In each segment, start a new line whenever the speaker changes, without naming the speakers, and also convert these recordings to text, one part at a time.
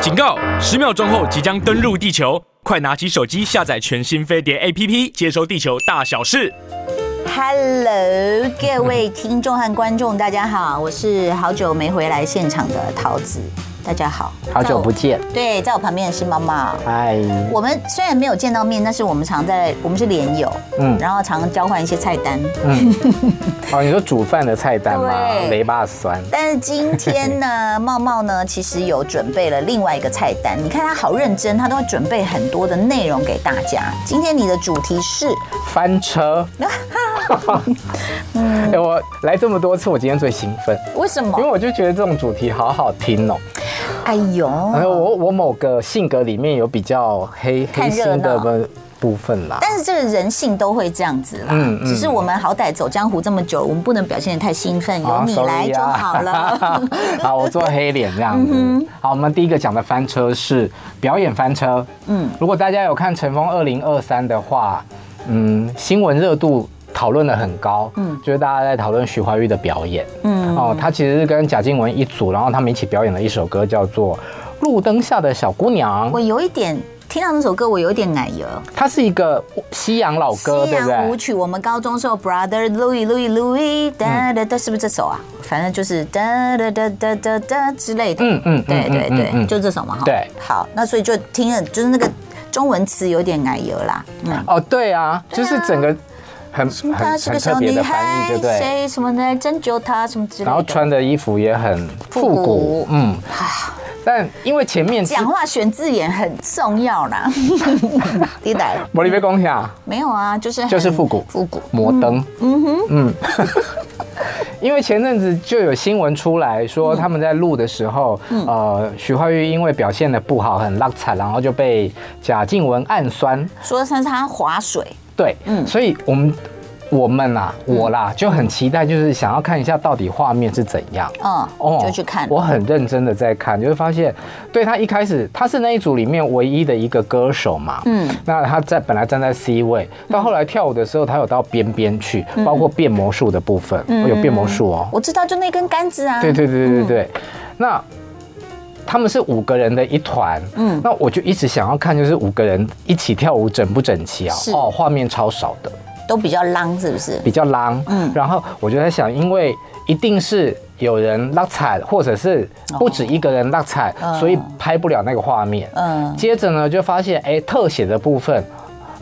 警告！十秒钟后即将登陆地球，快拿起手机下载全新飞碟 APP，接收地球大小事。
Hello，各位听众和观众，大家好，我是好久没回来现场的桃子，大家好，
好久不见
在我。对，在我旁边的是妈妈。
哎，
我们虽然没有见到面，但是我们常在，我们是连友，嗯，
嗯
然后常交换一些菜单。
哦，你说煮饭的菜单吗
对？
雷霸酸，
但是今天呢，茂茂呢，其实有准备了另外一个菜单。你看他好认真，他都会准备很多的内容给大家。今天你的主题是，
翻车。哎，我来这么多次，我今天最兴奋，
为什
因为
么？
我就觉得这种主题好好听哦。
哎
然后
呦！
我我某个性格里面有比较黑
看
黑
热
心的
闹
部部分啦。
但是这个人性都会这样子啦，
嗯嗯
只是我们好歹走江湖这么久，我们不能表现得太兴奋，由
啊
你来
sorry
就
啊
好了。 嗯
好，我做黑脸这样子。好，我们第一个讲的翻车是表演翻车。嗯，如果大家有看《乘风二零二三》的话，嗯，新闻热度。讨论的很高，嗯，就是大家在讨论徐怀钰的表演，嗯，哦，她其实是跟贾静雯一组，然后他们一起表演了一首歌，叫做《路灯下的小姑娘
我》，有一点听到那首歌，我有一点奶油。
它是一个西洋老歌，
西
对不
洋舞
对？
曲，我们高中时候 Brother Louis Louis Louis 哒
嗯
哒哒，是不是这首啊？反正就是哒哒哒哒哒哒之类的。
嗯嗯嗯
对对
嗯嗯
对，
嗯
就这首嘛哈。
对
好，那所以就听了，就是那个中文词有点奶油啦。嗯，
哦，对啊，就是整个很很
她是嗯
很
个
特
小
别
女
的翻译，
孩
对不，对？
谁什么来拯救她什么之类的。
然后穿的衣服也很
复
复
古
古，嗯，但因为前面
讲话选字眼很重要 啦。滴答，
玻璃杯共享
没有啊，就是很
就是复古
复古。
摩登，嗯哼，嗯， 因为前阵子就有新闻出来说他们在录的时候，呃，徐怀钰因为表现的不好，很落惨，然后就被贾静雯暗酸，
说是她划水，
对，
嗯
所以我们。我们啦，我啦，就很期待，就是想要看一下到底画面是怎样。
嗯，
哦
就去看。
我很认真的在看，就会发现，对他一开始他是那一组里面唯一的一个歌手嘛，
嗯
嗯，那他在本来站在 C 位，到后来跳舞的时候，他有到边边去，
嗯
包括变魔术的部分，哦有变魔术哦，
我知道，就那根杆子啊。
对对对对对，那。他们是五个人的一团，
嗯
嗯，那我就一直想要看，就是五个人一起跳舞整不整齐啊
是？
哦，画面超少的，
都比较浪，是不是？
比较浪，
嗯
嗯，然后我就在想，因为一定是有人拉踩，或者是不止一个人拉踩，
嗯
所以拍不了那个画面。
嗯，
接着呢，就发现哎，特写的部分，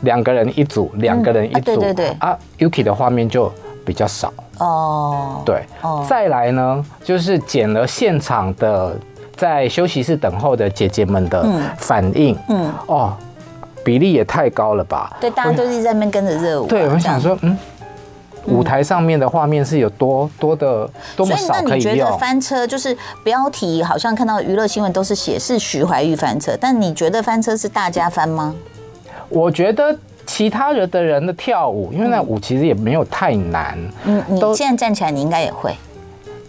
两个人一组，两个人一组，
啊对对对
啊，Yuki 的画面就比较少，
哦，
对。
哦
再来呢，就是剪了现场的在休息室等候的姐姐们的
嗯
反应，
嗯，
哦，比例也太高了吧？
对，大家都是在那边跟着热舞啊。
对，我
这样
想，说，嗯，舞台上面的画面是有多多的多么
嗯所以那
少可
你
以
觉得
用？
翻车就是标题好像看到娱乐新闻都是写是徐怀钰翻车，但你觉得翻车是大家翻吗？
我觉得其他人的人的跳舞，因为那舞其实也没有太难，
嗯，你
都
现在站起来，你应该也会。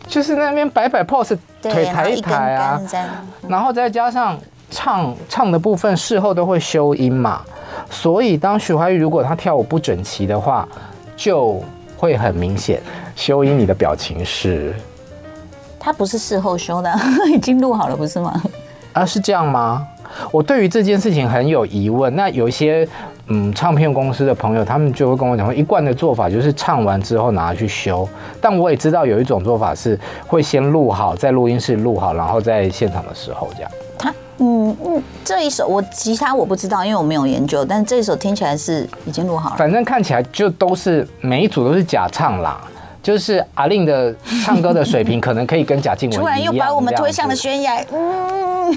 就是那边摆摆 pose，腿
然后
抬
一
一
根
抬啊
杆，在那。
然后再加上唱唱的部分，事后都会修音嘛，所以当徐怀钰如果她跳舞不整齐的话，就会很明显。修音你的表情是
他不是事后修的， 已经录好了，不是吗？
啊，是这样吗？我对于这件事情很有疑问。那有一些嗯，唱片公司的朋友，他们就会跟我讲说，一贯的做法就是唱完之后拿去修。但我也知道有一种做法是会先录好，在录音室录好，然后在现场的时候这样。
他，嗯嗯，这一首我其他我不知道，因为我没有研究，但是这一首听起来是已经录好了。
反正看起来就都是每一组都是假唱啦。就是阿令的唱歌的水平可能可以跟贾静雯一
突
样，
然又把我们推向了
这样
悬
子
崖。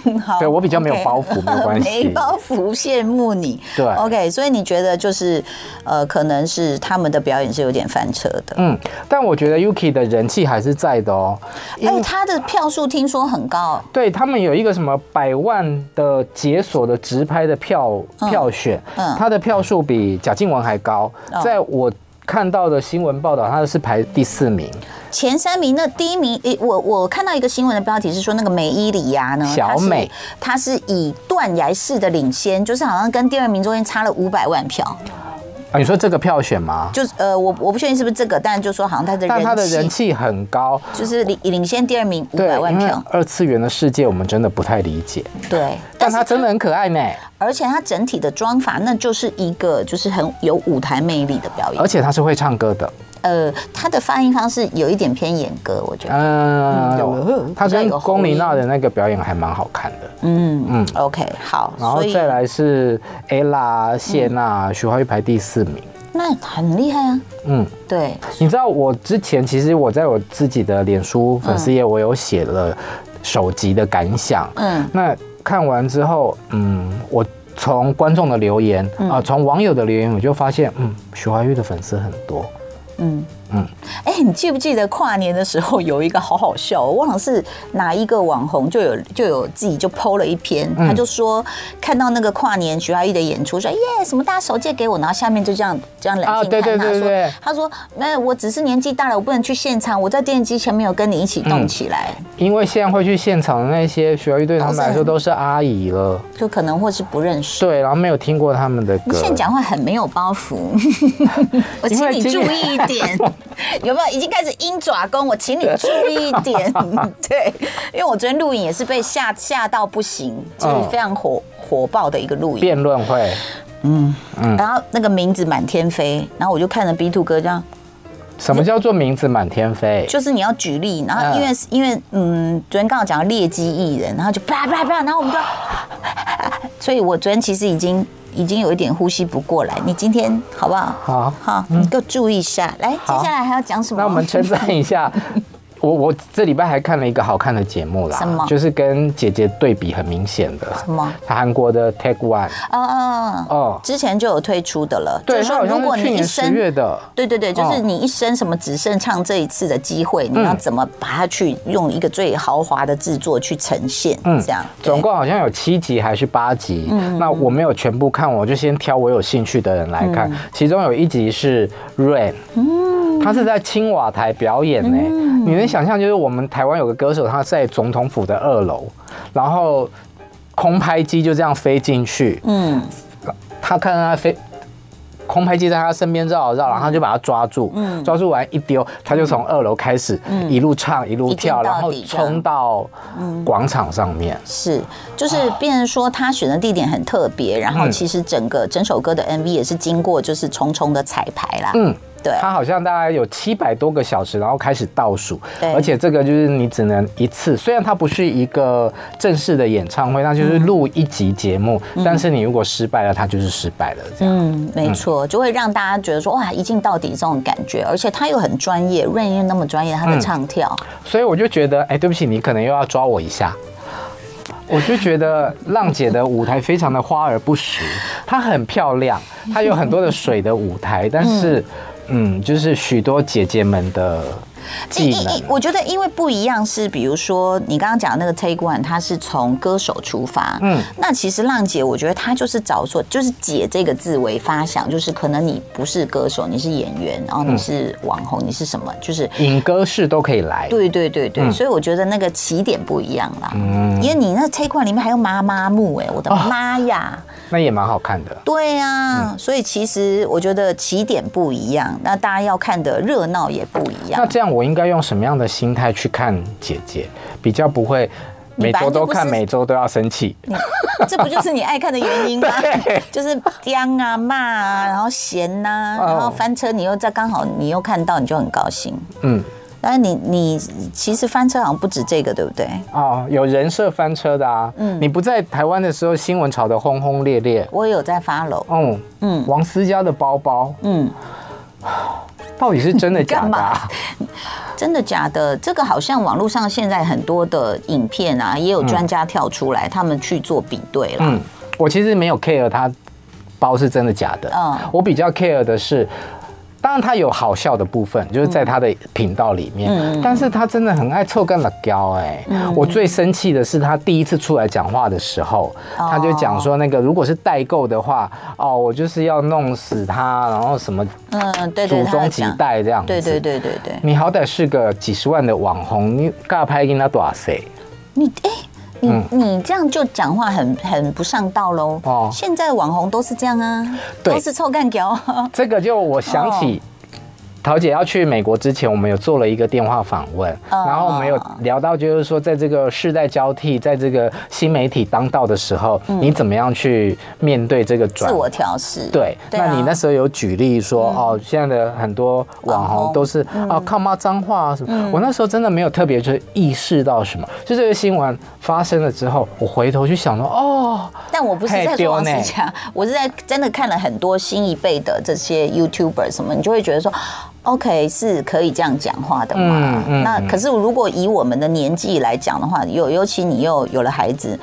嗯，好。
对我比较没有
OK
包袱没有关系
没包袱，羡慕你。
对
，OK，所以你觉得就是，呃，可能是他们的表演是有点翻车的。
嗯，但我觉得 Yuki 的人气还是在的哦。因
哎、
为
他的票数听说很高，
对他们有一个什么百万的解锁的直拍的票、
嗯
票选，
嗯
他的票数比贾静雯还高，
哦
在我。看到的新闻报道，他是排第四名，
前三名那第一名，诶、我我看到一个新闻的标题是说那个梅伊里亚呢，
小美
她是，她是以断崖式的领先，就是好像跟第二名中间差了五百万票。
啊，你说这个票选吗？
就是呃，我我不确定是不是这个，但就说好像他的
但他的人
人气
气很高，
就是领领先第二名五百万
因为
票，
二次元的世界我们真的不太理解，
对，
但他真的很可爱呢，
而且它整体的妆法，那就是一个就是很有舞台魅力的表演
而。且他是会唱歌的，
呃，它的发音方式有一点偏演歌，我
啊
觉得。嗯有
嗯，他
比较
跟
有个
龚琳娜
喉
的那个表演还蛮好看的。
嗯嗯，OK，好。
然后
所以嗯
再来是 ella、谢娜、徐怀钰排第四名。
那很厉害啊。
嗯，
对，
你知道我之前其实我在我自己的脸书粉丝页，我有写了首集的感想。
嗯
那看完之后，嗯，我从观众的留言
嗯
啊，从、网友的留言，我就发现，嗯，徐怀钰的粉丝很多。
嗯嗯
嗯。
哎、你记不记得跨年的时候有一个好好笑，我忘了是哪一个网红就有就有自己就 PO 了一篇，他就说看到那个跨年徐怀钰的演出，说耶哎什么大家手借给我，然后下面就这样这样冷
啊
静
对
看
对
他
对
说
对，
他说那我只是年纪大了，我不能去现场，我在电视机前面有跟你一起
嗯
动起来，
因为现在会去现场的那些徐怀钰对他们来说
都
都是阿姨了，
就可能或是不认识。
对，然后没有听过他们的
你
歌
现。在讲话很没有包袱， 我请你注意一点，有没有？已经开始鹰爪功，我请你注意一点。 对，因为我昨天录影也是被吓吓到不行，就是非常火火爆的一个录影，
辩论会，
然后那个名字满天飞，然后我就看着 B two 哥这样，
什么叫做名字满天飞？
就是你要举例，然后因为因为嗯，昨天刚好讲到劣迹艺人，然后就啪啪啪，然后我们就， 所以我昨天其实已经已经有一点呼吸不过来。你今天好不好？
好
好，你给我注意一下。来，接
嗯好
下来还要讲什么？
那我们称赞一下，我我这礼拜还看了一个好看的节目啦，
什么
就是跟姐姐对比很明显的，什
么？
韩国的 Take One，
嗯嗯嗯，
哦，
之前就有推出的了，就
对，
是
它
说
好像
如果
是去
你一
年十
生。
月的，
对对对，就是
哦嗯
你一生什么只剩唱这一次的机会，你要怎么把它去用一个最豪华的制作去呈现，这样。对
嗯总共好像有七集还是八集。
嗯
那我没有全部看，我就先挑我有兴趣的人来
嗯
看。其中有一集是 Rain，他是在青瓦台表演呢、
嗯
你能想象，就是我们台湾有个歌手，他在总统府的二楼，然后空拍机就这样飞进去，
嗯
他看到他飞。空拍机在他身边绕啊绕，然后他就把他抓住，
嗯
抓住完一丢，他就从二楼开始一路唱一路跳，
一定嗯
然
到
后
底嗯这样
冲到广场上面。
是，就是
啊
变成说他选的地点很特别，然
嗯
后其实整个整首歌的 MV 也是经过就是重重的彩排啦。
嗯，
对，
它好像大概有七百多个小时，然后开始倒数
对，
而且这个就是你只能一次。虽然它不是一个正式的演唱会，那就是
嗯
录一集节目，但是你如果失败了，它就是失败了。这样，
嗯，没错，就会让大家觉得说哇，一镜到底这种感觉，而且他又很专业，润又那么专业，他
嗯
的唱跳，
所以我就觉得，哎，对不起，你可能又要抓我一下。我就觉得浪姐的舞台非常的花而不实，她很漂亮，她有很多的水的舞 台，但是，嗯，就是许多姐姐们的技
因因
能
因。我觉得因为不一样是，比如说你刚刚讲的那个 Take One，他是从歌手出发，嗯
嗯，
那其实浪姐，我觉得她就是找说，就是“姐”这个字为发想，就是可能你不是歌手，你是演员，然后你是网红，你是什么，就是
影歌室都可以来，
哎对对对
嗯
对，所以我觉得那个起点不一样啦。因为你那 take one 里面还有妈妈木，哎，我的
啊
妈呀！
那也蛮好看的。
对呀、
嗯
所以其实我觉得起点不一样，那大家要看的热闹也不一
那
样。
这样我应该用什么样的心态去看姐姐，比较不会每周
你本来就
都看，
不是
每周都要生气？
这不就是你爱看的原因吗
对？
就是刁啊、骂啊，然后嫌呐、
哦
然后翻车，你又在刚好你又看到，你就很高兴。
嗯，
但是你你其实翻车好像不止这个，对不对？
哦，有人设翻车的啊。嗯，你不在台湾的时候，新闻炒得轰轰烈烈。
我也有在发楼，
哦，
嗯
嗯，王思佳的包包
嗯。
到底是真的 假的、啊？
真的假的？这个好像网络上现在很多的影片啊，也有专家跳出来，他们去做比对了。
嗯，我其实没有 care 他包是真的假的，
嗯
我比较 care 的是。当然，他有好笑的部分，就是在他的频道里面。
嗯
但是他真的很爱臭干辣椒哎！我最生气的是他第一次出来讲话的时候，
哦
他就讲说那个如果是代购的话，哦，我就是要弄死他，然后什么
嗯，对对，
祖
他
宗几
讲，
代这样子。
对对，对对对，
你好歹是个几十万的网红，你尬拍给他多少岁？
你哎、你、
嗯
你这样就讲话很很不上道喽。
哦
哦，现在网红都是这样啊，
对
都是臭干屌啊。
这个就我想起。
哦
桃姐要去美国之前，我们有做了一个电话访问，
哦
然后我们有聊到，就是说，在这个世代交替，在这个新媒体当道的时候，你怎么样去面对这个
嗯
转
自我调试，
对，
啊嗯
那你那时候有举例说、哦，现在的很多网
网
红
红嗯
都是、啊靠骂脏话啊什么、我那时候真的没有特别去意识到什么，就这个新闻发生了之后，我回头去想说，哦，
但我不是在
太
说
丢
王
呢
思强，我是在真的看了很多新一辈的这些 YouTuber 什么，你就会觉得说。OK，是可以这样讲话的嘛
嗯？嗯
那可是如果以我们的年纪来讲的话，尤尤其你又有了孩子，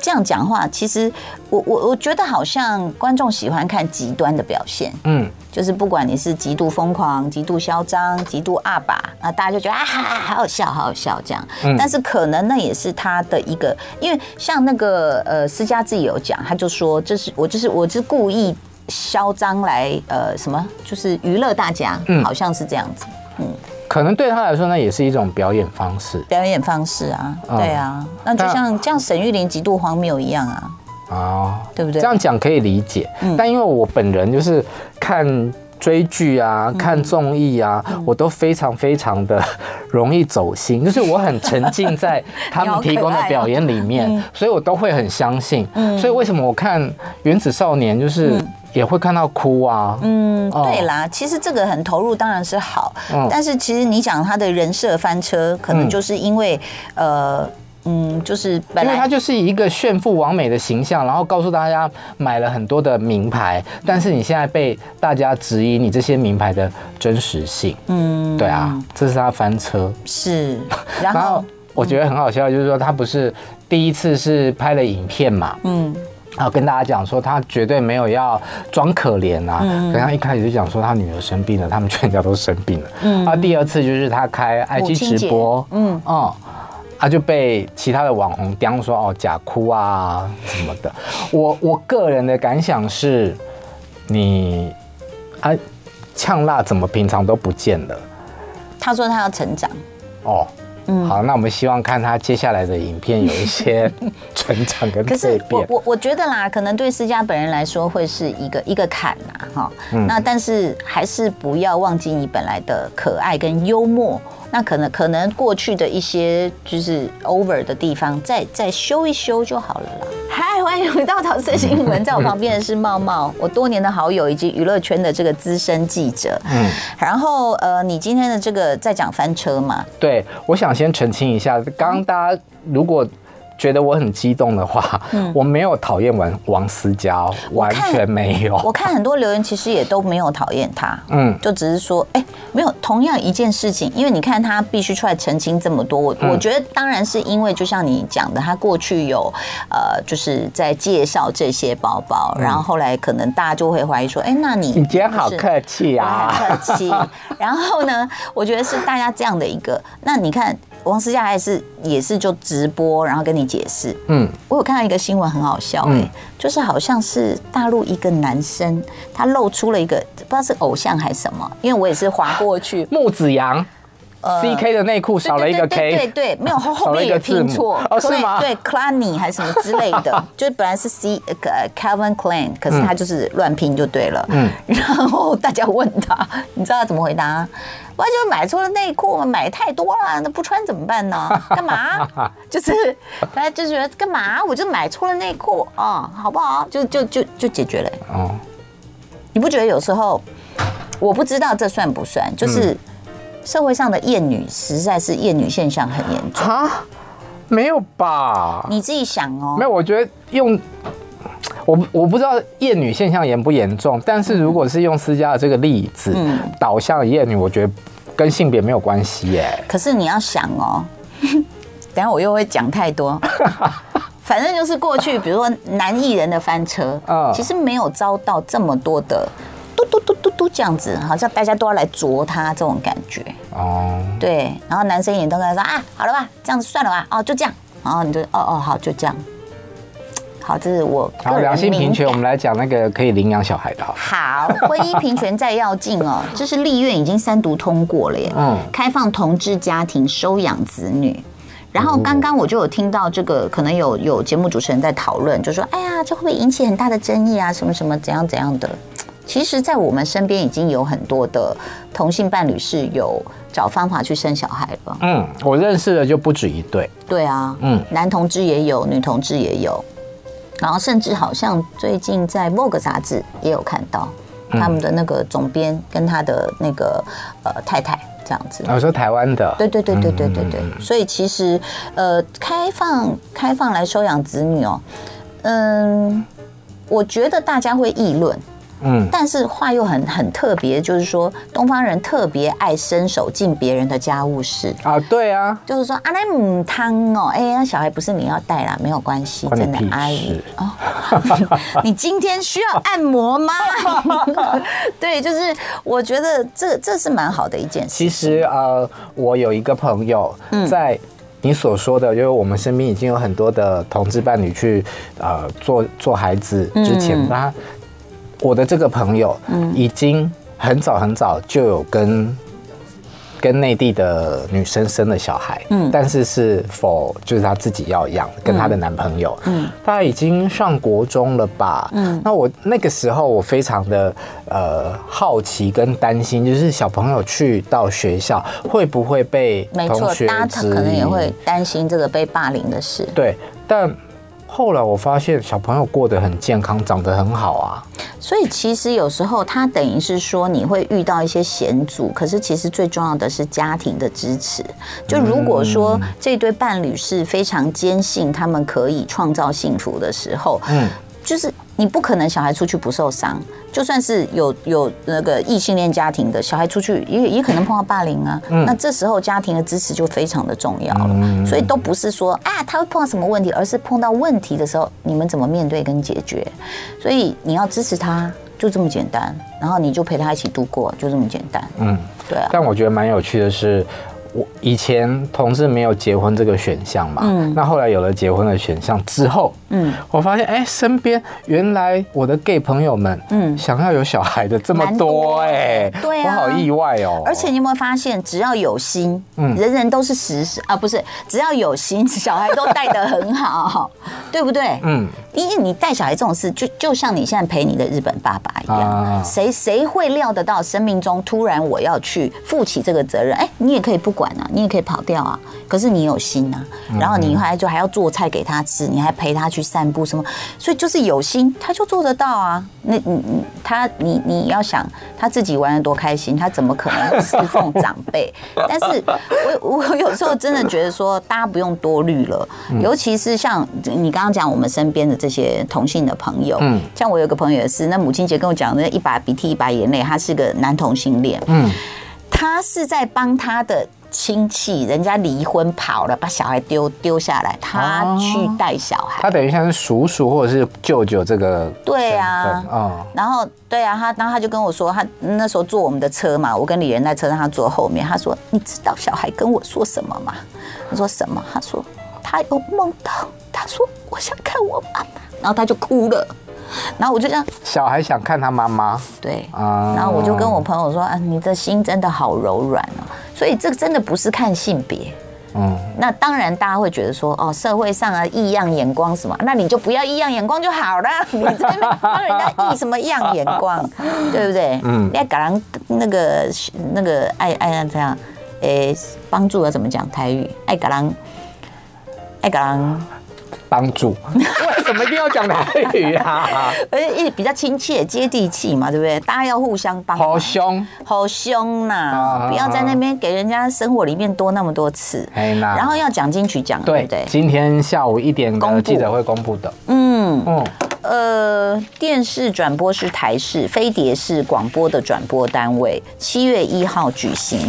这样讲话，其实我我我觉得好像观众喜欢看极端的表现，
嗯，
就是不管你是极度疯狂、极度嚣张、极度阿爸啊，大家就觉得啊，哈哈好好笑，好好笑这样。
嗯
但是可能那也是他的一个，因为像那个呃，思佳自己有讲，他就说这是我就是我是故意嚣张来呃什么，就是娱乐大家，
嗯
好像是这样子
可能对他来说呢，也是一种表演方式
表演方式啊，
嗯
对啊，那就像像沈玉琳极度荒谬一样啊，
哦，
对不对嗯
这样讲可以理解，但因为我本人就是看追剧
嗯
啊、看综艺啊，我都非常非常的容易走心，就是我很沉浸在他们提供的表演里 面，
啊嗯
所以我都会很相信。所以为什么我看《原子少年》就是也会看到哭啊？
嗯，
哦
对啦，其实这个很投入当然是好，
嗯
但是其实你讲他的人设翻车，可能
嗯
就是因为、呃。嗯，就是本
因为
来
他就是以一个炫富完美的形象，然后告诉大家买了很多的名牌，
嗯
但是你现在被大家质疑你这些名牌的真实性。
嗯
对啊，这是他翻车。
是，然
然
后
后我觉得很好笑，就是说他不是第一次是拍了影片嘛，
嗯，
然后跟大家讲说他绝对没有要装可怜啊，
嗯
可他一开始就讲说他女儿生病了，他们全家都生病了。嗯，啊，第二次就是他开
母亲
IG
节
直播，嗯嗯。他就被其他的网红刁说哦假哭啊什么的，我我个人的感想是，你啊呛辣怎么平常都不见了？
他说他要成长，
哦，
嗯
好，那我们希望看他接下来的影片有一些 成长跟
可
蜕
是我
变。
我我觉得啦，可能对思佳本人来说会是一个一个坎呐，哈。那但是还是不要忘记你本来的可爱跟幽默。那可能可能过去的一些就是 over 的地方，再再修一修就好了啦。嗨，欢迎回到桃色新闻，在我旁边的是茂茂，我多年的好友以及娱乐圈的这个资深记者。嗯，然后呃，你今天的这个在讲翻车嘛？
对，我想先澄清一下，刚刚大家如果觉得我很激动的话，我没有讨厌王王思佳哦，完
嗯看
全没有。
我看很多留言其实也都没有讨厌他，
嗯，
就只是说，哎、没有同样一件事情，因为你看他必须出来澄清这么多，我、
嗯
我觉得当然是因为就像你讲的，他过去有呃，就是在介绍这些包包，然后后来可能大家就会怀疑说，哎、那你
嗯你今天好
就是
客气
我
啊！
很客 气。然后呢，我觉得是大家这样的一个，那你看王思佳还是也是就直播，然后跟你解释。
嗯，
我有看到一个新闻很好笑哎、
嗯。
就是好像是大陆一个男生，他露出了一个不知道是偶像还是什么，因为我也是划过去
木子洋，CK 的内裤少了一个
呃对对对
K，
对对，没有后后
少了
面
一个
也
字母
拼错，
哦是吗
对 c l a n y 还是什么之类 的，就是本来是 C 呃 Calvin Klein，可
嗯
是他就是乱拼就对了。嗯，然后大家问他，你知道他怎么回答？我就买错了内裤，买太多了，那不穿怎么办呢？干 嘛？就是大家就觉得干嘛？我就买错了内裤啊、好不好？就就就就解决了、
哦，
你不觉得有时候我不知道这算不算，
嗯
就是社会上的厌女实在是厌女现象很严重。
哈，没有吧？
你自己想哦
啊没，有，我觉得用我不我不知道厌女现象严不严重，但是如果是用私家的这个例子、
嗯
导向的厌女，我觉得跟性别没有关系耶。
可是你要想 哦，等一下我又会讲太多。反正就是过去，比如说男艺人的翻车
嗯，
其实没有遭到这么多的嘟嘟嘟嘟嘟这样子，好像大家都要来啄他这种感觉。
哦，
对，然后男生也都跟他说啊，好了吧，这样子算了吧，哦，就这样，然后你就哦哦好，就这样。好，这是我
然
个
后
人
两性平权，
敏
我
感
们来讲那个可以领养小孩的好了。
好，婚姻平权再要进哦，这是立院已经三读通过了耶，
嗯
开放同志家庭收养子女。然后刚刚我就有听到这个，可能有有节目主持人在讨论，就说：“哎呀，这会不会引起很大的争议啊？什么什么怎样怎样的？”其实，在我们身边已经有很多的同性伴侣是有找方法去生小孩了。
嗯，我认识的就不止一对。
对啊，
嗯
男同志也有，女同志也有，然后甚至好像最近在《Vogue》杂志也有看到他们的那个总编跟他的那个呃太太这样子。
我说台湾的，
对对对对对
嗯
对对，所以其实呃，开放开放来收养子女哦，嗯，我觉得大家会议论，
嗯，
但是话又很很特别，就是说东方人特别爱伸手进别人的家务事。
啊，对啊，
就是说，阿来母汤哦，哎、那小孩不是你要带啦，没有关系，
关你
真的
屁
阿姨
事
哦，你今天需要按摩吗？ 对，就是我觉得这这是蛮好的一件事
其。实呃，我有一个朋友，在你所说的，就是我们身边已经有很多的同志伴侣去呃做做孩子之前，
嗯
他我的这个朋友已经很早很早就有跟。跟内地的女生生了小孩，嗯，但是是否就是她自己要养，跟她的男朋友，嗯，大概已经上国中了吧，嗯，那我那个时候我非常的呃好奇跟担心，就是小朋友去到学校会不会被
没
同
错，
学
大家
质疑？
可能也会担心这个被霸凌的事。
对，但后来我发现小朋友过得很健康，长得很好啊，
所以其实有时候他等于是说你会遇到一些险阻，可是其实最重要的是家庭的支持。就如果说
嗯
这对伴侣是非常坚信他们可以创造幸福的时候，
嗯，
就是你不可能小孩出去不受伤，就算是有有那个异性恋家庭的小孩出去也也可能碰到霸凌啊，
嗯
那这时候家庭的支持就非常的重要了，所以都不是说啊他会碰到什么问题，而是碰到问题的时候你们怎么面对跟解决，所以你要支持他就这么简单，然后你就陪他一起度过就这么简单，
嗯。
对啊，
但我觉得蛮有趣的是，我以前同志没有结婚这个选项嘛，
嗯
那后来有了结婚的选项之后，
嗯，
我发现哎、身边原来我的 gay 朋友们，
嗯
嗯，想要有小孩的这么
蛮多
多哎、
对啊
我好意外哦、
而且你有没有发现，只要有心，
嗯
人人都是实事啊，不是，只要有心，小孩都带得很好， 对不对？
嗯，
因为你带小孩这种事，就就像你现在陪你的日本爸爸一样
啊，
谁谁会料得到生命中突然我要去负起这个责任？哎，你也可以不管啊，你也可以跑掉啊，可是你有心啊，
嗯
然后你还就还要做菜给他吃，你还陪他去散步什么，所以就是有心，他就做得到啊。那你你他你你要想他自己玩的多开心，他怎么可能侍奉长 辈？但是我我有时候真的觉得说，大家不用多虑了，
嗯
尤其是像你刚刚讲我们身边的这些同性的朋友，
嗯
像我有个朋友也是，那母亲节跟我讲那一把鼻涕一把眼泪，他是个男同性恋，
嗯，
他是在帮他的。亲戚人家离婚跑了，把小孩丢丢下来，他
哦
去带小孩。
他等于像是叔叔或者是舅舅这个
对啊
身份嗯，
然后对啊，他然后他就跟我说，他那时候坐我们的车嘛，我跟李仁在车上，他坐后面，他说：“你知道小孩跟我说什么吗？”我说：“什么？”他说：“他有梦到，他说我想看我妈妈。”然后他就哭了，然后我就这样
小孩想看他妈妈
对。
啊，
然后我就跟我朋友说：“啊，你的心真的好柔软啊！”所以这个真的不是看性别。
嗯。
那当然，大家会觉得说：“哦，社会上啊，异样眼光什么？那你就不要异样眼光就好了。 你这边帮人家异什么样眼 光，对不对？嗯
嗯，
你要搞人那个那个爱爱让这样，诶，帮助要怎么讲台语？爱搞人，爱搞人，
帮助， 为什么一定要讲台语啊？
而且一呃比较亲切、接地气嘛，对不对？大家要互相帮忙。
好凶，
好凶呐！
啊
不要在那边给人家生活里面多那么多次，
哎那
然后要讲金曲奖，对
对
不对？
今天下午一点
公布
的记者会公布的。
嗯，
嗯，
呃，电视转播是台视，飞碟是广播的转播单位，七月一号举行，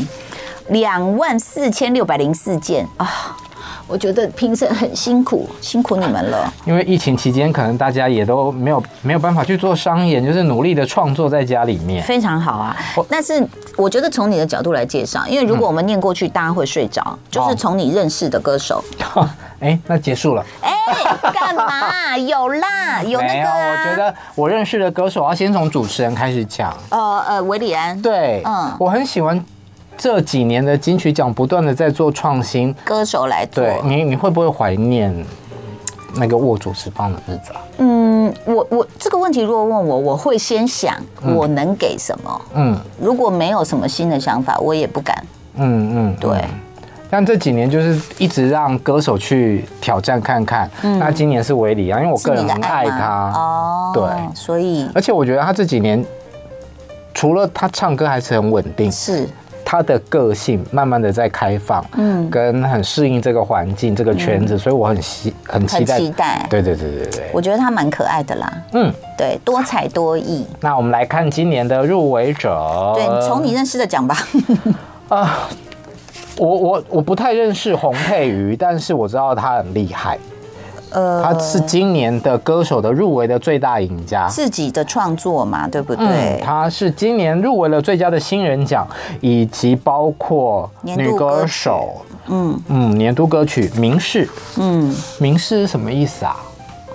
两万四千六百零四件啊。我觉得评审很辛苦，辛苦你们 了。
因为疫情期间，可能大家也都没有没有办法去做商演，就是努力的创作在家里面。
非常好啊
我。
但是我觉得从你的角度来介绍，因为如果我们念过去，大家会睡着。
哦
就是从你认识的歌手，
哎，那结束了。
哎，干嘛？有啦，有那
嗯
个
没有，
啊。
我觉得我认识的歌手，我要先从主持人开始讲。
呃呃，维里安，
对，
嗯
我很喜欢这几年的金曲奖不断的在做创新，
歌手来做。
对你你会不会怀念那个握主持棒的日子啊？
嗯，我我这个问题如果问我，我会先想我能给什么。
嗯
如果没有什么新的想法，我也不敢。
嗯嗯，
对，
但这几年就是一直让歌手去挑战看看。那今年是维里啊，因为我
嗯是
个人
你的
很爱
吗
他，
哦，
对
所以
而且我觉得他这几年除了他唱歌还是很稳定，
是
他的个性慢慢的在开放，嗯，跟很适应这个环境、这个圈子，所以我很期很
嗯
期
很
待。
期待。
对对对对对。
我觉得他蛮可爱的啦，
嗯，
对，多才多艺。
那我们来看今年的入围者。
对，从你认识的讲吧。
我我我不太认识洪佩瑜，但是我知道他很厉害，
呃，
他是今年的歌手的入围的最大赢家。
自己的创作嘛，对不
嗯，
对？
他是今年入围了最佳的新人奖，以及包括
年
女
度歌
歌
曲
手，
嗯
嗯，年度歌曲《明示》。
嗯，
明示是什么意思啊？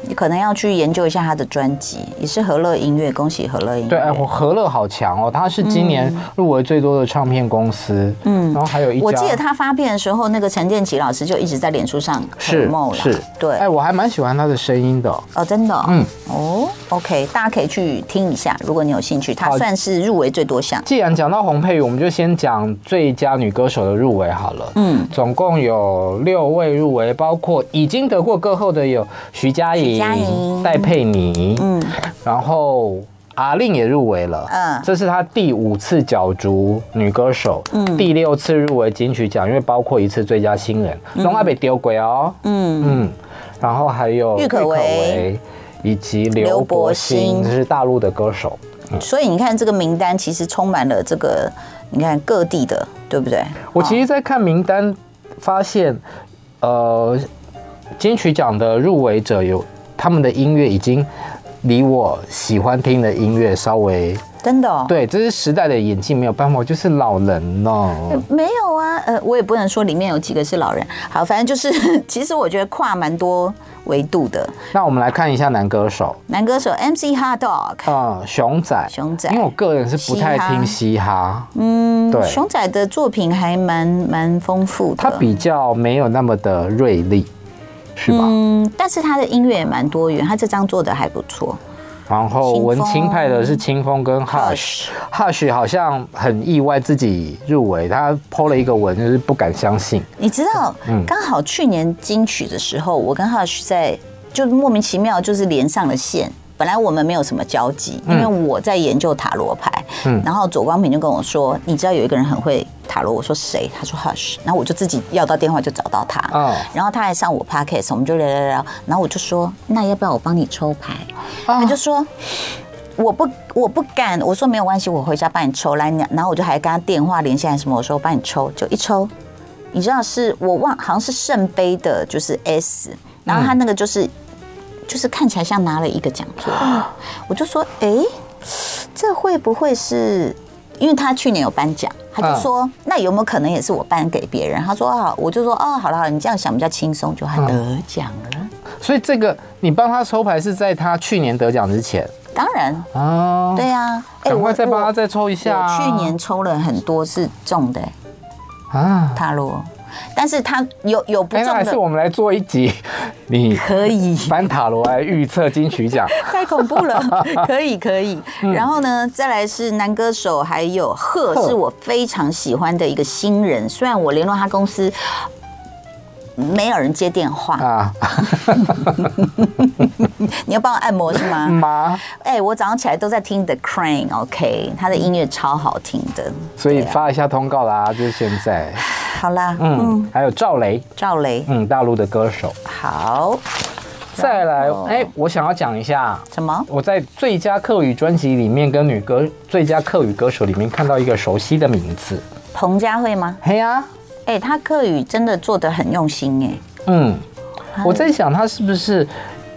你可能要去研究一下他的专辑，也是和乐音乐，恭喜和乐音乐。
对，哎，我何乐好强哦，他是今年入围最多的唱片公司，嗯，然后还有一家，
我记得他发片的时候，那个陈建奇老师就一直在脸书上
是
promo 啦
是，
对
哎，，我还蛮喜欢他的声音的。
哦，真的哦，
嗯
哦，OK，大家可以去听一下，如果你有兴趣，他
好
算是入围最多项，
既然讲到洪佩瑜，我们就先讲最佳女歌手的入围好了。
嗯，
总共有六位入围，包括已经得过歌后的有徐佳
徐佳莹
莹、戴佩妮，
嗯，
然后阿令也入围了，
嗯
这是她第五次角逐女歌手，嗯，第六次入围金曲奖，因为包括一次最佳新人，龙阿北丢鬼哦，
嗯，
嗯，然后还有
郁可唯
以及刘柏
刘柏
辛，
辛
这是大陆的歌手。
所以你看这个名单其实充满了这个，你看各地的，对不对？
我其实，在看名单发现，呃，金曲奖的入围者有他们的音乐已经离我喜欢听的音乐稍微
真的哦，
对，这是时代的演进没有办法，我就是老人哦。
没有啊，呃，我也不能说里面有几个是老人。好，反正就是， 其实我觉得跨蛮多维度的。
那我们来看一下男歌手，
男歌手 MC Hot Dog，
嗯，熊仔，
熊仔
因为我个人是不太听嘻哈，嗯，对，
熊仔的作品还蛮蛮丰富的。
他比较没有那么的锐利，是吧？
嗯，但是他的音乐也蛮多元，他这张做的还不错。
然后
清风
文青派的是清风跟
Hush
Hush，Hush 好像很意外自己入围，他 PO 了一个文，就是不敢相信，
你知道，刚好去年金曲的时候，我跟 Hush 在就莫名其妙就是连上了线。本来我们没有什么交集，因为我在研究塔罗牌，然后左光平就跟我说：“你知道有一个人很会塔罗。”我说：“谁？”他说：“Hush。”然后我就自己要到电话就找到他，
嗯
然后他还上我 podcast，我们就聊聊聊。然后我就说：“那要不要我帮你抽牌？”他就说。我不，我不敢。我说没有关系，我回家帮你抽来。然后我就还跟他电话联系还是什么，我说我帮你抽，就一抽，你知道是我忘，好像是圣杯的，就是 S，然后他那个就是、就是看起来像拿了一个讲座，
嗯
我就说，哎、这会不会是？因为他去年有颁奖，他就说、
嗯
那有没有可能也是我颁给别人？他说好，我就说哦，好了好了，你这样想比较轻松，就
嗯
他得奖了。
所以这个你帮他抽牌是在他去年得奖之前
当然，
啊，
对啊，哎
赶快再帮他
我
再抽一下啊，
我去年抽了很多是中的、
啊，
塔罗，但是他有有不
哎，
中
那还是
的，
我们来做一集，你
可以。
翻塔罗来预测金曲奖，
太恐怖 了，可以可以。然后呢，再来是男歌手，还有贺，
嗯贺
是我非常喜欢的一个新人。虽然我联络他公司，没有人接电话。
啊
你要帮我按摩是吗？
妈，
哎，我早上起来都在听 The Crane，OK，他的音乐超好听的。
所以
对啊
发一下通告啦，就是现在，
好啦，嗯，啊
嗯，还有赵雷，
赵雷，
嗯，大陆的歌手，
好，
再来
然后，
哎，我想要讲一下。
什么？
我在最佳客语专辑里面跟女歌最佳客语歌手里面看到一个熟悉的名字，
彭佳慧吗？
嘿呀、
哎，他客语真的做的很用心哎。
嗯，我在想她是不是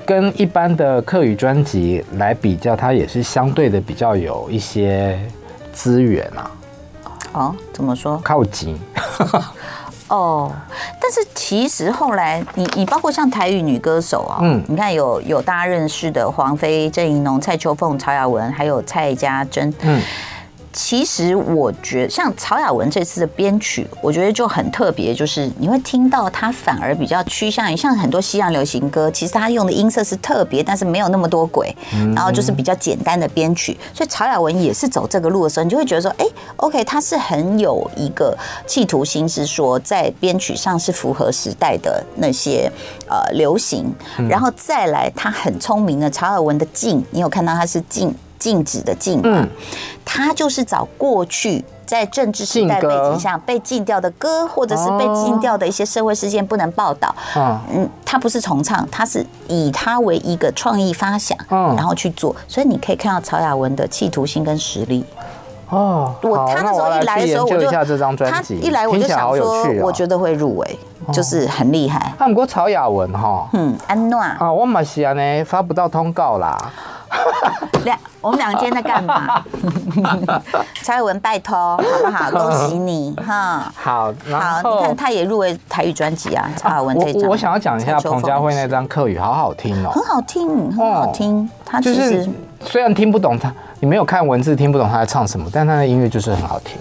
跟一般的客语专辑来比较，她也是相对的比较有一些资源啊，
哦，怎么说？
靠近，
哦，但是其实后来你你包括像台语女歌手啊、
嗯
你看有有大家认识的黄飞、郑怡农、蔡秋凤、曹雅文，还有蔡家珍，
嗯，
其实我觉像曹雅文这次的编曲，我觉得就很特别，就是你会听到他反而比较趋向于像很多西洋流行歌，其实他用的音色是特别，但是没有那么多轨，然后就是比较简单的编曲。所以曹雅文也是走这个路的时候，你就会觉得说，哎，OK，他是很有一个企图心，是说在编曲上是符合时代的那些呃流行，然后再来他很聪明的曹雅文的静，你有看到他是静。禁止的禁嘛，他就是找过去在政治时代背景下被禁掉的歌，或者是被禁掉的一些社会事件不能报道。
嗯
嗯，他不是重唱，他是以他为一个创意发想，
嗯
然后去做。所以你可以看到曹雅文的企图心跟实力。
哦，
我
好
他那时候
我
一
来
来
去
的时候，
研
我
究
就
一下这张
他
专辑，
一来我
听
就
起来
想
好有
说
趣，哦哦
我觉得会入围，就是很厉害。
啊，不过曹雅文哈，
嗯，安娜，
啊，我马西亚呢发不到通告啦，
两，我们两个今天在干 嘛？ 蔡雅文，拜托，好不好？恭喜你哈！
好，然
好，
后
你看他也入围台语专辑啊，蔡雅文这一张。
我我想要讲一下
陈秋
彭
凤
佳慧那张客语，好好听哦。
很好听，很好听。他
就
啊其
是
实
虽然听不懂他，你没有看文字听不懂他在唱什么，但他的音乐就是很好听。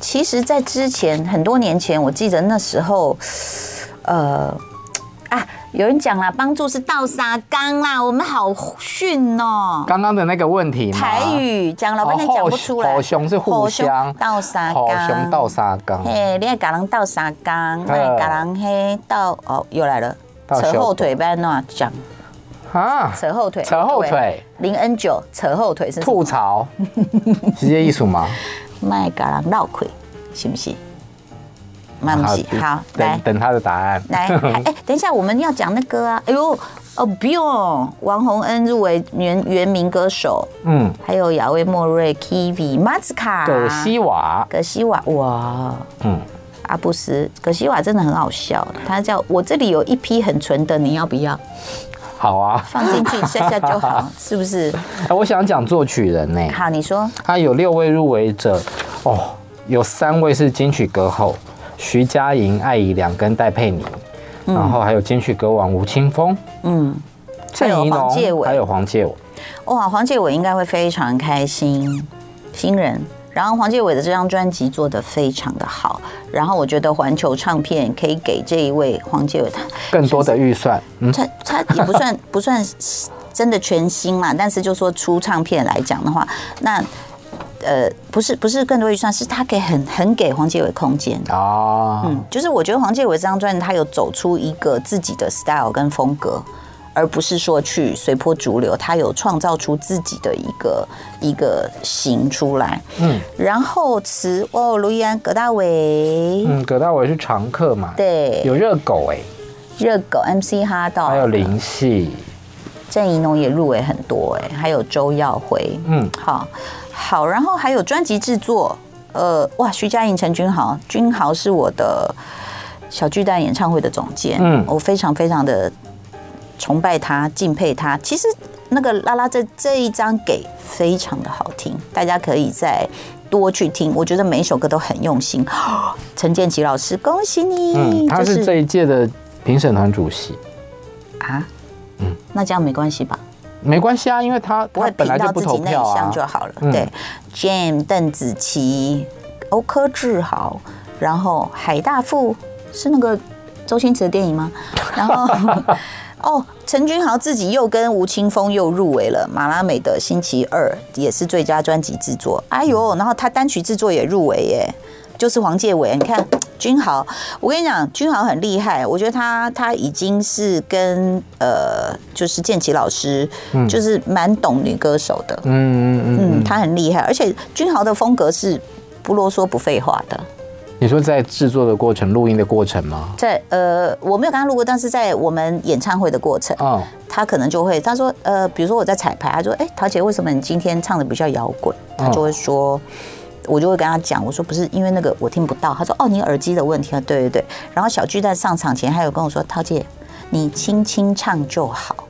其实，在之前很多年前，我记得那时候，呃。啊，有人讲啦，帮助是倒沙缸啦，我们好逊哦、
刚刚的那个问题嘛，
台语讲老半天讲不出来。
火熊是互相
倒沙
吼
缸，
熊倒沙缸，
啊嘿，你爱甲人斗三工，那甲人嘿斗哦，又来了，
斗
扯
小
后腿呗，那讲
啊，
扯后腿，
扯后腿，
零 N 九扯后腿是什
吐
么？
槽，直接艺 术嘛，
卖甲人绕腿，是不是？卖不是，好，
等
来
等他的答案，
来， 哎、等一下，我们要讲那个啊，哎呦，哦不用，王洪恩入围原原名歌手，
嗯，
还有雅威莫瑞、Kivi、马斯卡、
葛西瓦，
葛西瓦，哇，
嗯，
阿布斯，葛西瓦真的很好笑，他叫我这里有一批很纯的，你要不要
好啊，
放进 去下下就好，是不是？
哎我想讲作曲人呢，
好，你说
他有六位入围者，哦，有三位是金曲歌后，徐佳莹、艾怡良跟戴佩妮，然后还有金曲歌王吴青峰，
嗯，
郑
还有
怡
黄介
农，
伟
还有黄介伟，
哇，黄介伟应该会非常开心，新人。然后黄介伟的这张专辑做得非常的好，然后我觉得环球唱片可以给这一位黄介伟，他
更多的预算，嗯，
他他也不算不算真的全新嘛，但是就说出唱片来讲的话，那呃不是不是更多预算，是他给很很给黄介伟空间。
啊，
嗯，就是我觉得黄建伟这张专辑，他有走出一个自己的 style 跟风格，而不是说去随波逐流，他有创造出自己的一个一个型出来。
嗯
然后词哦，卢易安、葛大为，
嗯，葛大为是常客嘛，，
对，
有热狗哎，
热狗 MC 哈道，
还有林夕，
郑怡农也入围很多哎，还有周耀辉，
嗯，
好，好，然后还有专辑制作，呃，哇，徐佳莹、陈君豪，君豪是我的小巨蛋演唱会的总监，
嗯
我非常非常的崇拜他、敬佩他。其实那个拉拉这这一张给非常的好听，大家可以再多去听，我觉得每一首歌都很用心。 陈建奇老师，恭喜你！
嗯，他
哎就是
这一届的评审团主席。
啊，那这样没关系吧？
没关系啊，因为他
不
他
会
本
评
来就
到
不
自
投
己那
票
一项
啊。
就好了。
嗯
对，Jam、邓紫棋、欧科志豪，然后海大富是那个周星驰的电影吗？然 后哦，陈君豪自己又跟吴青峰又入围了马拉美的星期二，也是最佳专辑制作。哎呦，然后他单曲制作也入围耶。就是黄介伟，你看君豪，我跟你讲，君豪很厉害，我觉得他他已经是跟呃，就是建奇老师，就是蛮懂女歌手的，
嗯嗯嗯嗯
嗯，他很厉害，而且君豪的风格是不啰嗦不废话的，
嗯，你说在制作的过程、录音的过程吗？
在呃，我没有跟他录过，但是在我们演唱会的过程，
嗯，
他可能就会他说呃，比如说我在彩排，他说哎、桃姐为什么你今天唱的比较摇滚？他就会说。我就会跟他讲，我说不是因为那个我听不到，他说哦你耳机的问题啊，对对对。然后小巨蛋上场前还有跟我说，涛姐，你轻轻唱就好，